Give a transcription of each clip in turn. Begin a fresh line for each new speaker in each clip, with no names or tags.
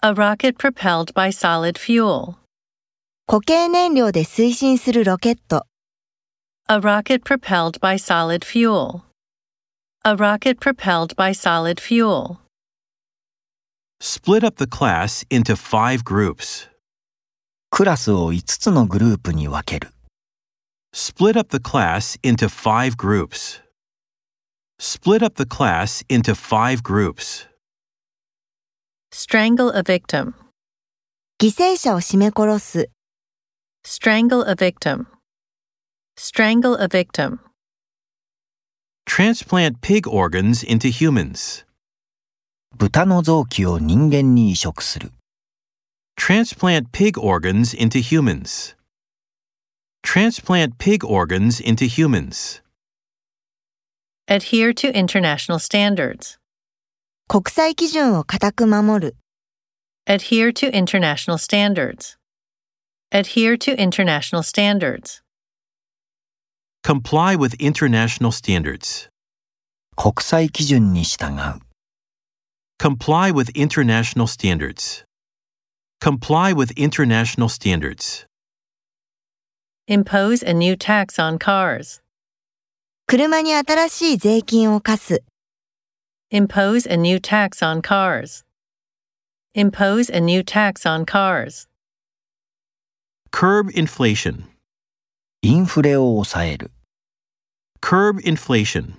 A rocket propelled by solid fuel.
固形燃料で推進するロケット、
A rocket propelled by solid fuel. A rocket propelled by solid fuel.
Split up the class into five groups.
クラスを5つのグループに分ける。
Split up the class into five groups. Split up the class into five groups.
Strangle a victim.
犠牲者を絞め殺す、
Strangle a victim. Strangle a victim.
Transplant pig organs into humans.
豚の臓器を人間に移植する。
Transplant pig organs into humans. Transplant pig organs into humans.
Adhere to international standards.
国際基準を固く守る、
Adhere to international standards. Adhere to international standards.
Comply with international standards.
国際基準に従う。
Comply with international standards. Comply with international standards.
Impose a new tax on cars.
車に新しい税金を課す、
Impose a new tax on cars. Impose a new tax on cars.
Curb inflation.
インフレを抑える。
Curb inflation.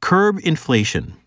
Curb inflation.